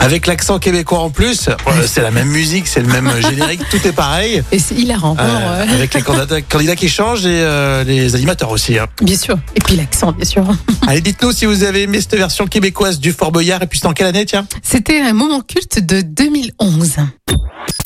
Avec l'accent québécois en plus, euh, c'est la même musique, c'est le même générique, tout est pareil. Et c'est hilarant. Euh, vraiment, ouais. Avec les candidats, candidats qui changent et euh, les animateurs aussi. hein. Bien sûr. Et puis l'accent, bien sûr. Allez, dites-nous si vous avez aimé cette version québécoise du Fort Boyard et puis c'est en quelle année, tiens C'était un moment culte de 2011.